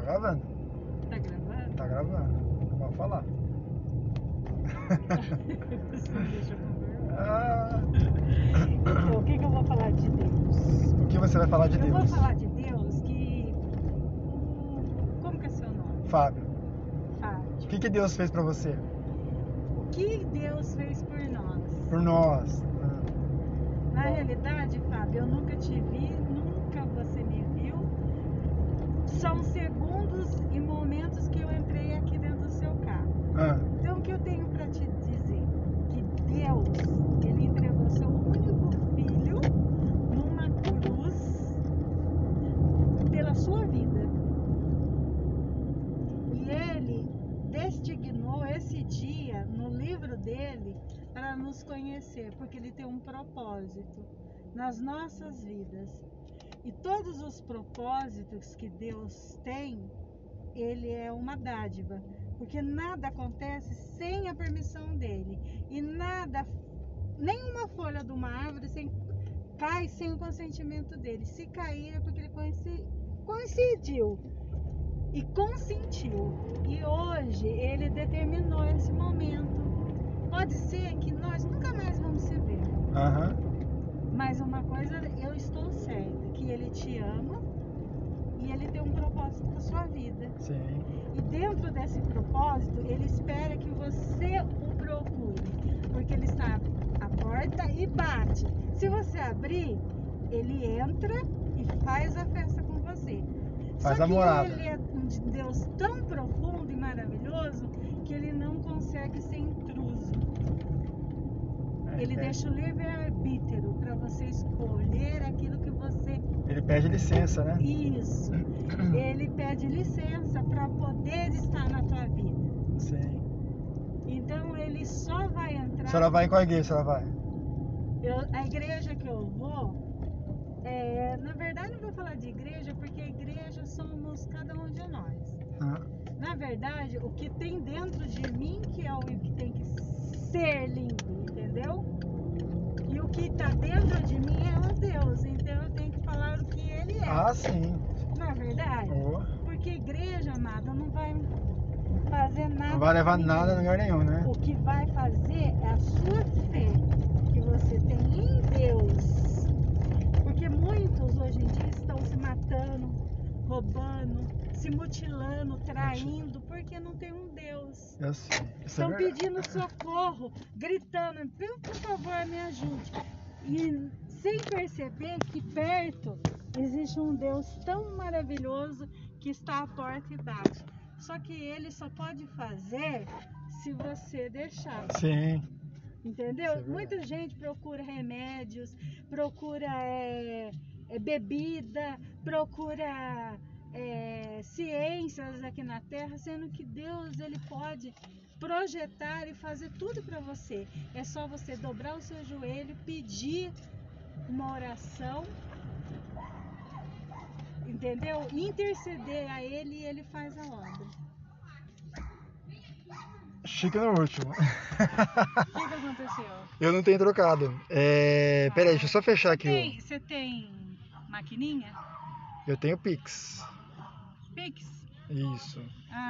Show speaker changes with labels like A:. A: gravando.
B: Tá gravando?
A: Tá gravando. Pode falar.
B: Você me deixa com vergonha.
A: Ah,
B: Então, o que, que eu vou falar de Deus?
A: o que você vai falar de
B: eu vou
A: Deus?
B: falar de Deus que. o- Como que é seu nome?
A: Fábio, o
B: Fábio.
A: que, que Deus fez pra você?
B: O que Deus fez por nós?
A: Por nós. Ah,
B: Na
A: Bom.
B: realidade, Fábio, eu nunca te vi, nunca você me viu. São segundos e momentos que eu entrei aqui dentro do seu carro.
A: ah,
B: Então, o que eu tenho para te dizer? Que Deus, Ele entregou seu único filho numa cruz pela sua vida. E Ele designou esse dia no livro dele para nos conhecer, porque ele tem um propósito nas nossas vidas. E todos os propósitos que Deus tem, ele é uma dádiva, porque nada acontece sem a permissão dele e nada nenhuma folha de uma árvore sem- cai sem o consentimento dele. Se cair é porque ele coinci- coincidiu e consentiu. E hoje ele determinou esse momento. Pode ser que nós nunca mais vamos se ver.
A: ah, Aham.
B: Mas uma coisa eu estou certa, que ele te ama e ele tem um propósito para sua vida.
A: Sim. É,
B: E dentro desse propósito, ele espera que você o procure, porque ele está à porta e bate. Se você abrir, ele entra e faz a festa com você.
A: Faz
B: Só
A: a
B: que
A: morada.
B: ele é um de- Deus tão profundo e maravilhoso que ele não consegue ser intruso. Ele
A: pede-
B: deixa o livre arbítrio para você escolher aquilo que você
A: ele pede licença, né?
B: isso. Ele pede licença para poder estar na tua vida.
A: Sim.
B: Então ele só vai entrar.
A: A senhora vai em qual igreja a senhora vai?
B: Eu- a igreja que eu vou, é, na verdade não vou falar de igreja, porque a igreja somos cada um de nós.
A: Ah,
B: Na verdade, o que tem dentro de mim que é o que tem que ser lindo, entendeu? E o que está dentro de mim é o Deus. Então eu tenho que falar o que ele é.
A: ah sim.
B: Não é verdade?
A: Oh,
B: Porque igreja, amada, não vai fazer nada.
A: não vai levar
B: pra
A: nada a
B: ninguém.
A: lugar nenhum, né?
B: O que vai fazer é a sua fé que você tem em Deus. Porque muitos hoje em dia estão se matando, roubando, se mutilando, traindo, porque não tem um Deus.
A: Eu sei. Isso é
B: Estão
A: verdade.
B: pedindo socorro, gritando, "Por- por favor, me ajude. E sem perceber que perto existe um Deus tão maravilhoso que está à porta e bate. Só que ele só pode fazer se você deixar.
A: Sim.
B: Entendeu?
A: Isso é verdade.
B: Muita gente procura remédios, procura é, é, bebida, procura é, ciências aqui na Terra, sendo que Deus ele pode projetar e fazer tudo para você. É só você dobrar o seu joelho, pedir uma oração, entendeu? Interceder a Ele e Ele faz a obra.
A: Chique no último.
B: O que, que aconteceu?
A: Eu não tenho trocado. É... Peraí, deixa eu só fechar aqui. o-
B: Tem- Você tem maquininha?
A: Eu tenho Pix.
B: Pix?
A: Isso.